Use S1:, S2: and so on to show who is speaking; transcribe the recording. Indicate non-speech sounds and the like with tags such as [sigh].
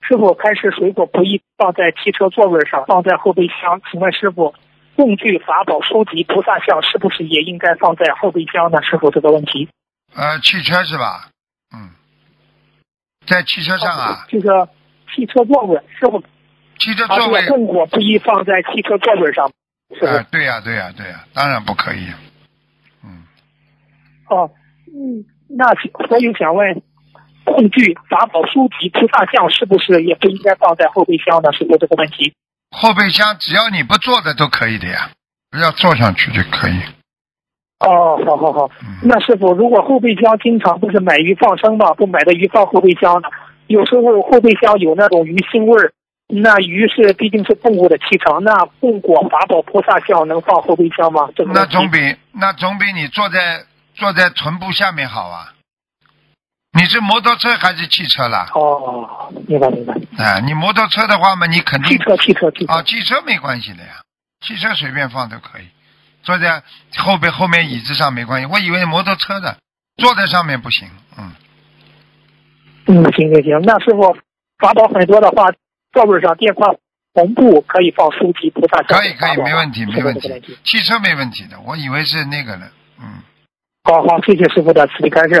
S1: 是否开市水果不宜放在汽车座位上，放在后备箱？请问师傅，供具、法宝、书籍、菩萨像是不是也应该放在后备箱呢？师傅这个问题。
S2: 呃，汽车是吧？嗯，在汽车上啊，
S1: 这个汽车座位，师傅，
S2: 汽车
S1: 啊，
S2: 座
S1: 这
S2: 位
S1: 个供果不宜放在汽车座位上，是不
S2: 啊、
S1: 是？
S2: 对呀、对呀、对呀、当然不可以。嗯，
S1: 哦，嗯，那请所以想问，供具、法宝、书籍、菩萨像是不是也不应该放在后备箱呢？是不是这个问题？
S2: 后备箱只要你不坐的都可以的呀，不要坐上去就可以。
S1: 哦，好好好。
S2: 嗯，
S1: 那师傅，如果后备箱经常不是买鱼放生嘛，不买的鱼放后备箱呢？有时候后备箱有那种鱼腥味儿，那鱼是毕竟是动物的七成，那供果、法宝、菩萨像能放后备箱吗？这个
S2: 那
S1: 问题
S2: 总比那总比你坐在坐在臀部下面好啊。你是摩托车还是汽车啦？
S1: 哦，明白明白。
S2: 啊，你摩托车的话嘛，你肯
S1: 汽
S2: 定
S1: 车汽车汽 [laughs] 车。
S2: 啊，汽车没关系的呀，汽车随便放都可以，坐在后边后面椅子上没关系。我以为摩托车的坐在上面不行，嗯，
S1: 嗯，行行行，那师傅法宝很多的话，座位上垫块红布可以放书籍、菩萨像。
S2: 可以可以，没问题
S1: 是不
S2: 没
S1: 是
S2: 问
S1: 这个
S2: 题，汽车没问题的，我以为是那个呢，嗯。
S1: 好好，谢谢师傅的慈悲开示。